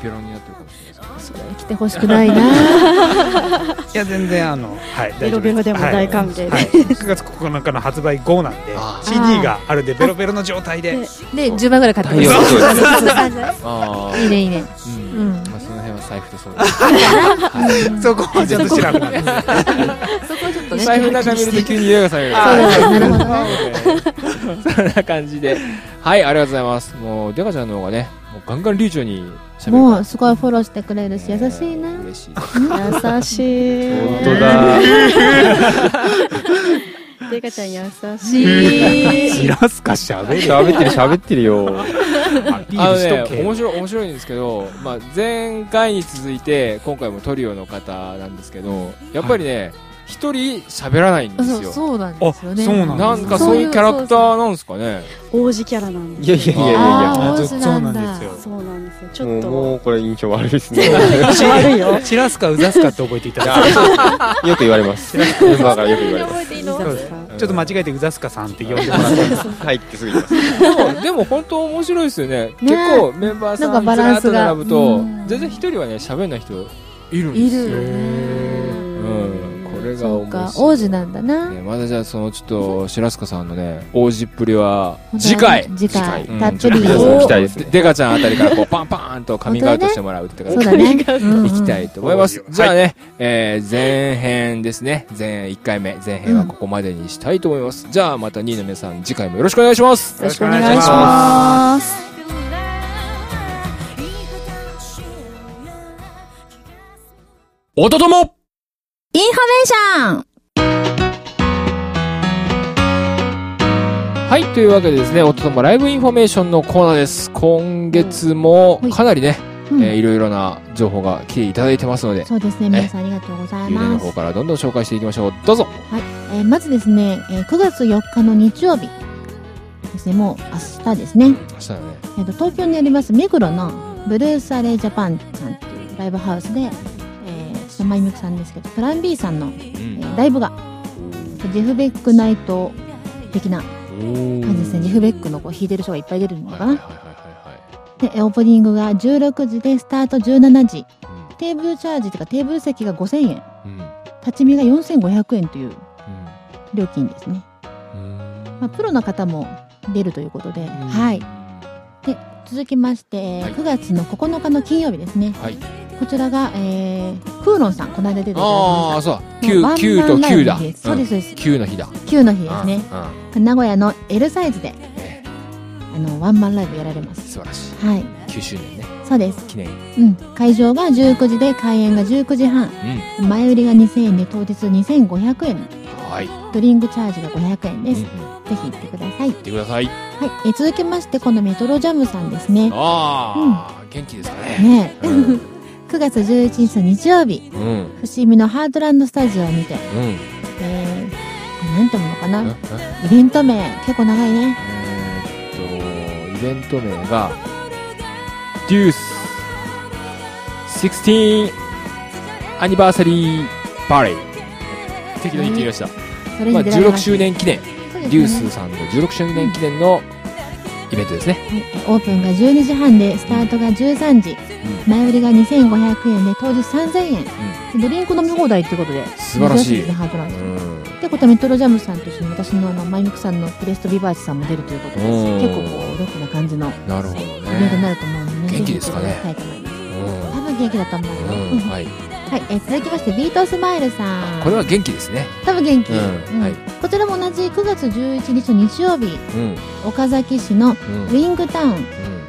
[SPEAKER 1] ペロンペロンになってるかもしれないですけど。
[SPEAKER 2] それ来てほしくない な。
[SPEAKER 5] いや全然あの、はい、
[SPEAKER 3] ベロベロでも大歓迎で、
[SPEAKER 5] はい、9月9日の発売後なんで
[SPEAKER 1] あ
[SPEAKER 5] CD があるんでベロベロの状態で
[SPEAKER 3] で
[SPEAKER 2] で、10倍ぐらい買ってくれる
[SPEAKER 4] 大丈 夫です
[SPEAKER 2] そうそうそう
[SPEAKER 1] ああ、
[SPEAKER 2] いいね、いいね。
[SPEAKER 1] うん。
[SPEAKER 2] うん。
[SPEAKER 1] まあその辺は財布とそうです。は
[SPEAKER 5] そこはちょっと調べない
[SPEAKER 2] そこはちょっと
[SPEAKER 1] い。
[SPEAKER 2] ね。
[SPEAKER 1] 財布の中見ると急に家が下がる。
[SPEAKER 2] そうだねなるほどね。
[SPEAKER 1] そんな感じで。はい、ありがとうございます。もう、デカちゃんの方がね、もうガンガン流暢に喋るから。
[SPEAKER 2] もう、すごいフォローしてくれるし、優しいな。
[SPEAKER 1] えー 嬉しい。
[SPEAKER 3] 優しい
[SPEAKER 4] 本当だ
[SPEAKER 3] デカちゃん優しい
[SPEAKER 5] し
[SPEAKER 2] し
[SPEAKER 5] らすかしゃべる
[SPEAKER 4] 喋ってる喋ってるよ
[SPEAKER 5] アピ
[SPEAKER 1] あ
[SPEAKER 5] ー
[SPEAKER 1] の
[SPEAKER 5] ルし
[SPEAKER 1] ね
[SPEAKER 5] と、け
[SPEAKER 1] 面白い、面白いんですけど、まあ、前回に続いて、今回もトリオの方なんですけど、やっぱりね、一、人喋らないんです
[SPEAKER 2] そう、
[SPEAKER 1] よ。
[SPEAKER 2] そうなんですよね。
[SPEAKER 5] あそうなんだ
[SPEAKER 1] なんかそういうキャラクターなんですかね。
[SPEAKER 3] 王子キャラなんで
[SPEAKER 4] いやいやいやいやい
[SPEAKER 2] あ
[SPEAKER 4] や
[SPEAKER 2] ー
[SPEAKER 5] そうそうなんですよ
[SPEAKER 3] そうなんですよち
[SPEAKER 4] も
[SPEAKER 3] ょっ
[SPEAKER 4] う
[SPEAKER 3] と
[SPEAKER 4] もうこれ印象悪いです ね
[SPEAKER 5] 悪いよしらすかうざすかって覚えていただいて
[SPEAKER 4] よく言われますメンバーからよく言われま
[SPEAKER 3] えていいの
[SPEAKER 5] そうですちょっと間違えてうざすかさんって呼んでもらっ
[SPEAKER 4] す入ってすぎます
[SPEAKER 1] でも、でも本当面白いですよね。結構メンバーさ
[SPEAKER 2] なん
[SPEAKER 1] ん
[SPEAKER 2] かバ
[SPEAKER 1] ず
[SPEAKER 2] ラ
[SPEAKER 1] ら
[SPEAKER 2] ン
[SPEAKER 1] っと
[SPEAKER 2] スが
[SPEAKER 1] 並ぶと
[SPEAKER 2] う、ん
[SPEAKER 1] 全然一人はね、喋んない人いるん
[SPEAKER 2] い
[SPEAKER 1] で
[SPEAKER 2] る
[SPEAKER 1] す
[SPEAKER 2] よ
[SPEAKER 1] よ。
[SPEAKER 2] ね。
[SPEAKER 1] うん、これが
[SPEAKER 2] そう
[SPEAKER 1] 重い
[SPEAKER 2] か
[SPEAKER 1] し
[SPEAKER 2] 王子なんだな、
[SPEAKER 1] ねまだじゃあそのちょっと白塚さんのね王子っぷりは
[SPEAKER 2] 本当は
[SPEAKER 1] 次回
[SPEAKER 2] 次回
[SPEAKER 1] うん
[SPEAKER 2] たっぷり
[SPEAKER 1] ちょっと
[SPEAKER 4] おー期待ですね
[SPEAKER 1] デカちゃんあたりからこうパンパンとカミングアウトしてもらうって感
[SPEAKER 2] そ
[SPEAKER 1] じで
[SPEAKER 2] う だ ね
[SPEAKER 1] 行きた
[SPEAKER 2] い
[SPEAKER 1] いと思います
[SPEAKER 5] うん。うん
[SPEAKER 1] じゃあね、えー前編ですね。前1回目、前編はここまでにしたいと思います。じゃあまた2位の皆さん、次回もよろしくお願いします。
[SPEAKER 5] よろしくお
[SPEAKER 3] お
[SPEAKER 5] 願い
[SPEAKER 3] 願いし
[SPEAKER 5] します。
[SPEAKER 3] ます。
[SPEAKER 1] おととも
[SPEAKER 7] インフォメーション
[SPEAKER 1] はい、というわけでですね、おとともライブインフォメーションのコーナーです。今月も
[SPEAKER 2] はい
[SPEAKER 1] かなりね、
[SPEAKER 2] うん
[SPEAKER 1] えーいろいろな情報が来ていただいてますので、
[SPEAKER 2] そうですね皆さんありがとうござい
[SPEAKER 1] ゆうねの
[SPEAKER 2] ます
[SPEAKER 1] 方からどんどん紹介していきましょう。どうぞ
[SPEAKER 2] えーまずですね、えー9月4日の日曜日ですね、もう明日ですね、
[SPEAKER 1] 明日だね。
[SPEAKER 2] えーと東京にあります目黒のブルースアレイジャパンさんっていうライブハウスで、えー、下前みゆきさんですけど、プラン B さんの、
[SPEAKER 1] う
[SPEAKER 2] え
[SPEAKER 1] ん
[SPEAKER 2] ーライブが、ジェフベックナイト的な感じですね、ジェフベックのこう弾いてる人がいっぱい出るの
[SPEAKER 1] はい
[SPEAKER 2] か
[SPEAKER 1] はいはいはい
[SPEAKER 2] な。
[SPEAKER 1] は
[SPEAKER 2] で、えーオープニングが16時で、スタート17時、
[SPEAKER 1] いは
[SPEAKER 2] テーブルチャージというか、テーブル席が5000円、
[SPEAKER 1] い。うん。うん。
[SPEAKER 2] 立ち見が4500円という
[SPEAKER 1] うん
[SPEAKER 2] 料金ですね。
[SPEAKER 1] うん
[SPEAKER 2] まあ、プロの方も出るということで、
[SPEAKER 1] うん
[SPEAKER 2] はい。続きまして、
[SPEAKER 1] はい
[SPEAKER 2] 9月の9日の金曜日ですね
[SPEAKER 1] はい。
[SPEAKER 2] こちらが、えー、クーロンさんこの間出ていた
[SPEAKER 1] あ
[SPEAKER 2] だ
[SPEAKER 1] あ、
[SPEAKER 2] き
[SPEAKER 1] そう
[SPEAKER 2] ましたも
[SPEAKER 1] だ。
[SPEAKER 2] う
[SPEAKER 1] 九
[SPEAKER 2] ワンマ
[SPEAKER 1] と
[SPEAKER 2] ンライ
[SPEAKER 1] 九
[SPEAKER 2] ブ
[SPEAKER 1] だ。
[SPEAKER 2] ですそうですそうです
[SPEAKER 1] 9の日だ。
[SPEAKER 2] 9の日ですね
[SPEAKER 1] うん。うん
[SPEAKER 2] 名古屋の L サイズで
[SPEAKER 1] え
[SPEAKER 2] あのワンマンライブやられます
[SPEAKER 1] 素晴らしい。
[SPEAKER 2] はい
[SPEAKER 1] 9周年ね。
[SPEAKER 2] そうです、
[SPEAKER 1] 記念。
[SPEAKER 2] うん、会場が19時で開演が19時半
[SPEAKER 1] う
[SPEAKER 2] 前売りが2000円で当日2500円
[SPEAKER 1] ん。はい。うん
[SPEAKER 2] ドリンクチャージが500円で
[SPEAKER 1] う
[SPEAKER 2] す、
[SPEAKER 1] ん
[SPEAKER 2] ぜ
[SPEAKER 1] 行
[SPEAKER 2] ひ行ってください、はい
[SPEAKER 1] ってください。
[SPEAKER 2] えー続きましてこのメトロジャムさんですね
[SPEAKER 1] ああ、元気ですかね。
[SPEAKER 2] ねえ
[SPEAKER 1] うん
[SPEAKER 2] 9月11日の日曜日
[SPEAKER 1] うん。
[SPEAKER 2] 伏見のハートランドスタジオにて
[SPEAKER 1] うん。
[SPEAKER 2] えー、なんていうのか
[SPEAKER 1] うん
[SPEAKER 2] なイベント名結構長いね
[SPEAKER 1] えーっと、イベント名が、デュース16アニバーサリーバレー。適当に言ってみました。
[SPEAKER 2] それ
[SPEAKER 1] まあ、
[SPEAKER 2] に出られ
[SPEAKER 1] 16
[SPEAKER 2] ます
[SPEAKER 1] 周年記念、
[SPEAKER 2] そう
[SPEAKER 1] デ
[SPEAKER 2] ですね
[SPEAKER 1] ュースさんの16周年記念のイベントですね。
[SPEAKER 2] はいオープンが12時半でスタートが13時、前売りが2500円で当日3000円、ドリンク飲み放題ってことで
[SPEAKER 1] 素晴らしい
[SPEAKER 2] 珍ですねハートラン
[SPEAKER 1] う
[SPEAKER 2] ド
[SPEAKER 1] ん。
[SPEAKER 2] ってことはメトロジャムさんと一緒に私のあのマイミクさんのプレストビバーチさんも出るということです
[SPEAKER 1] うん
[SPEAKER 2] 結構こうロックな感じのイ
[SPEAKER 1] なるほど
[SPEAKER 2] ベントにな
[SPEAKER 1] ね。
[SPEAKER 2] ると思うので、ね、
[SPEAKER 1] 元気ですかね
[SPEAKER 2] ぜひ行っていただきたいと思います
[SPEAKER 1] うんう
[SPEAKER 2] 多分元気だと思う、
[SPEAKER 1] ん、
[SPEAKER 2] は
[SPEAKER 1] は
[SPEAKER 2] い、
[SPEAKER 1] い。
[SPEAKER 2] えー続きましてビートスマイルさん
[SPEAKER 1] これは元気ですね。
[SPEAKER 2] 多分元気、
[SPEAKER 1] うん
[SPEAKER 2] うん
[SPEAKER 1] はい
[SPEAKER 2] こちらも同じ9月11日の日曜日
[SPEAKER 1] うん、
[SPEAKER 2] 岡崎市のウ
[SPEAKER 1] うん、
[SPEAKER 2] ィングタウン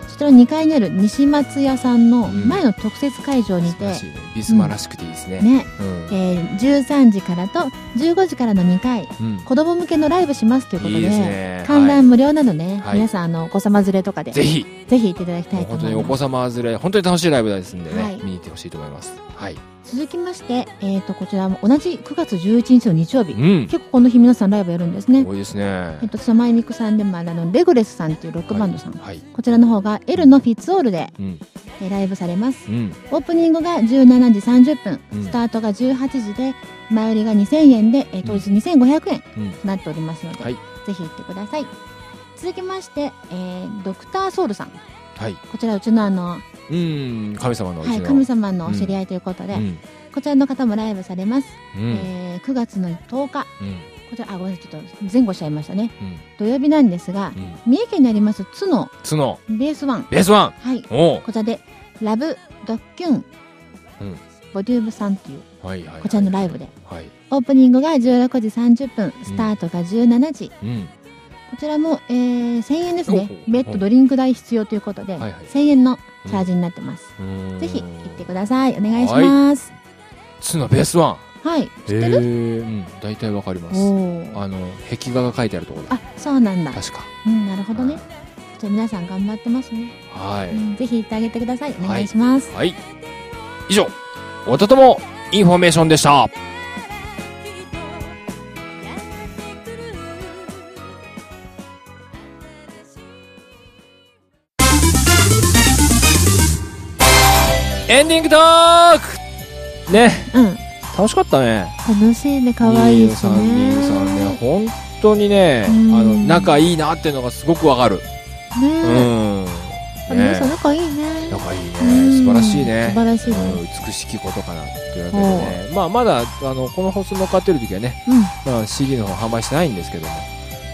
[SPEAKER 2] そちらの2階にある西松屋さんの
[SPEAKER 1] ん
[SPEAKER 2] 前の特設会場に
[SPEAKER 1] 素晴
[SPEAKER 2] て、
[SPEAKER 1] らしいね。ビスマらしくていいですね。
[SPEAKER 2] ね
[SPEAKER 1] うん
[SPEAKER 2] え、ー13時からと15時からの2回
[SPEAKER 1] うん
[SPEAKER 2] 子供向けのライブしますということで
[SPEAKER 1] いいですね。
[SPEAKER 2] 観
[SPEAKER 1] は
[SPEAKER 2] 覧無料なので、
[SPEAKER 1] はい
[SPEAKER 2] 皆さんあのお子様連れとかで
[SPEAKER 1] いぜひ、
[SPEAKER 2] ぜひ行っていただきた
[SPEAKER 1] もう
[SPEAKER 2] いと
[SPEAKER 1] 本
[SPEAKER 2] 思
[SPEAKER 1] 当に
[SPEAKER 2] い
[SPEAKER 1] お
[SPEAKER 2] ま
[SPEAKER 1] 子
[SPEAKER 2] す
[SPEAKER 1] 様連れ、本当に楽しいライブですんで
[SPEAKER 2] は
[SPEAKER 1] ね
[SPEAKER 2] い、
[SPEAKER 1] 見に行ってほしいと思います。はい。
[SPEAKER 2] 続きまして、えー、とこちらも同じ9月11日の日曜日、
[SPEAKER 1] うん。
[SPEAKER 2] 結構この日皆さんライブやるんですね
[SPEAKER 1] 多いですね
[SPEAKER 2] えっ。と、そのまゆみくさんでもあるあのレグレスさんっていうロックバンドさん、
[SPEAKER 1] はい。
[SPEAKER 2] こちらの方が L のフィッツオールで、
[SPEAKER 1] うん
[SPEAKER 2] えーライブされます
[SPEAKER 1] うん。
[SPEAKER 2] オープニングが17時30分、
[SPEAKER 1] うん
[SPEAKER 2] スタートが18時で前売りが2000円で、えー当日2500円
[SPEAKER 1] うん
[SPEAKER 2] となっておりますので、
[SPEAKER 1] はい
[SPEAKER 2] ぜひ行ってください続きまして、えードクターソウルさん
[SPEAKER 1] はい。
[SPEAKER 2] こちらうちのあの、
[SPEAKER 1] うん。神様のう
[SPEAKER 2] は
[SPEAKER 1] ち
[SPEAKER 2] い、
[SPEAKER 1] の。
[SPEAKER 2] 神様のお知り合いということで、
[SPEAKER 1] うん。
[SPEAKER 2] こちらの方もライブされます、
[SPEAKER 1] うん。
[SPEAKER 2] えー9月の10日
[SPEAKER 1] うん。
[SPEAKER 2] こちらあごめんなさいちょっと前後しちゃいましたね
[SPEAKER 1] うん。
[SPEAKER 2] 土曜日なんですが
[SPEAKER 1] うん。
[SPEAKER 2] 三重県にあります津の
[SPEAKER 1] 角。
[SPEAKER 2] ベースワン
[SPEAKER 1] ベースワン
[SPEAKER 2] はい
[SPEAKER 1] おう
[SPEAKER 2] こちらでラブドッキュン、
[SPEAKER 1] うん
[SPEAKER 2] ボリューム3っていう
[SPEAKER 1] はいはいはい。
[SPEAKER 2] こちらのライブで
[SPEAKER 1] はい。
[SPEAKER 2] オープニングが16時30分スタートが17時、
[SPEAKER 1] うん。
[SPEAKER 2] こちらも、えー1000円ですね
[SPEAKER 1] おお
[SPEAKER 2] 別途ドリンク代必要ということで、
[SPEAKER 1] はいはい
[SPEAKER 2] 1000円のチャージになってます、
[SPEAKER 1] うん
[SPEAKER 2] ぜひ行ってくださいお願いします
[SPEAKER 1] 角ベースワン
[SPEAKER 2] は
[SPEAKER 1] 知
[SPEAKER 2] い、
[SPEAKER 1] ってるうん。大体わかります。
[SPEAKER 2] おー
[SPEAKER 1] あの壁画が書いてあるところだ
[SPEAKER 2] あそうなんだ
[SPEAKER 1] 確か
[SPEAKER 2] うんなるほどね
[SPEAKER 1] はい
[SPEAKER 2] じゃあ皆さん頑張ってますね、
[SPEAKER 1] は
[SPEAKER 2] う
[SPEAKER 1] い
[SPEAKER 2] んぜひ行ってあげてくださいお願いします、
[SPEAKER 1] はい以上おとともインフォメーションでしたエンディングトークね
[SPEAKER 2] うん
[SPEAKER 1] 楽しかったね
[SPEAKER 2] 楽しいね可愛いし
[SPEAKER 1] さん
[SPEAKER 2] ね
[SPEAKER 1] さんね本当にねあ
[SPEAKER 2] うん
[SPEAKER 1] の仲いいなっていうのがすごくわかる
[SPEAKER 2] ね
[SPEAKER 1] うん
[SPEAKER 2] あ皆さん
[SPEAKER 1] ね
[SPEAKER 2] 仲いいね。
[SPEAKER 1] 仲いいね
[SPEAKER 2] うん
[SPEAKER 1] 素晴らしいね
[SPEAKER 2] 素晴らしいです
[SPEAKER 1] うん美しきことかなというわけでね、まあ、まだあのこの放送乗っかってる時はね、まあ、CD の方販売してないんですけども
[SPEAKER 2] うん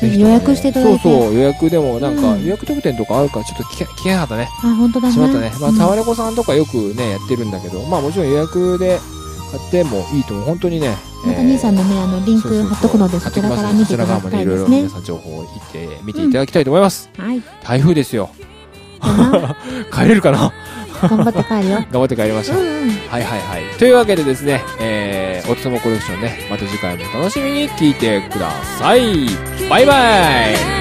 [SPEAKER 1] ぜひともね
[SPEAKER 2] 予約していただいて
[SPEAKER 1] そうそう予約でもなんか、
[SPEAKER 2] うん
[SPEAKER 1] 予約特典とかあるからちょっと聞け聞けなかったね
[SPEAKER 2] あ、本当だね。
[SPEAKER 1] しまったね、ま
[SPEAKER 2] う
[SPEAKER 1] あ、
[SPEAKER 2] ん
[SPEAKER 1] タワレコさんとかよくねやってるんだけどまあもちろん予約で買ってもいいと思う本当にね
[SPEAKER 2] また兄さんのね、あの、リン
[SPEAKER 1] そうそう
[SPEAKER 2] ク
[SPEAKER 1] そう
[SPEAKER 2] 貼っとくので、そ
[SPEAKER 1] 貼っと
[SPEAKER 2] ち
[SPEAKER 1] き
[SPEAKER 2] ら
[SPEAKER 1] ま
[SPEAKER 2] か
[SPEAKER 1] す
[SPEAKER 2] ら
[SPEAKER 1] ので
[SPEAKER 2] 見
[SPEAKER 1] そ
[SPEAKER 2] て
[SPEAKER 1] ち
[SPEAKER 2] い
[SPEAKER 1] ら
[SPEAKER 2] た
[SPEAKER 1] 側
[SPEAKER 2] だ
[SPEAKER 1] まで
[SPEAKER 2] きた
[SPEAKER 1] い
[SPEAKER 2] い
[SPEAKER 1] ろい
[SPEAKER 2] で
[SPEAKER 1] ろ
[SPEAKER 2] す
[SPEAKER 1] 皆
[SPEAKER 2] ね。
[SPEAKER 1] さん情報を言って見ていただきたいと思います、
[SPEAKER 2] はい。
[SPEAKER 1] 台風ですよ
[SPEAKER 2] 頑
[SPEAKER 1] 帰れるかな
[SPEAKER 2] 張って帰るよ。
[SPEAKER 1] 頑張って帰りました、
[SPEAKER 2] うんうん。
[SPEAKER 1] はいはいはいというわけでですねえー、おつともコレクションねまた次回も楽しみに聞いてくださいバイバイ
[SPEAKER 6] 「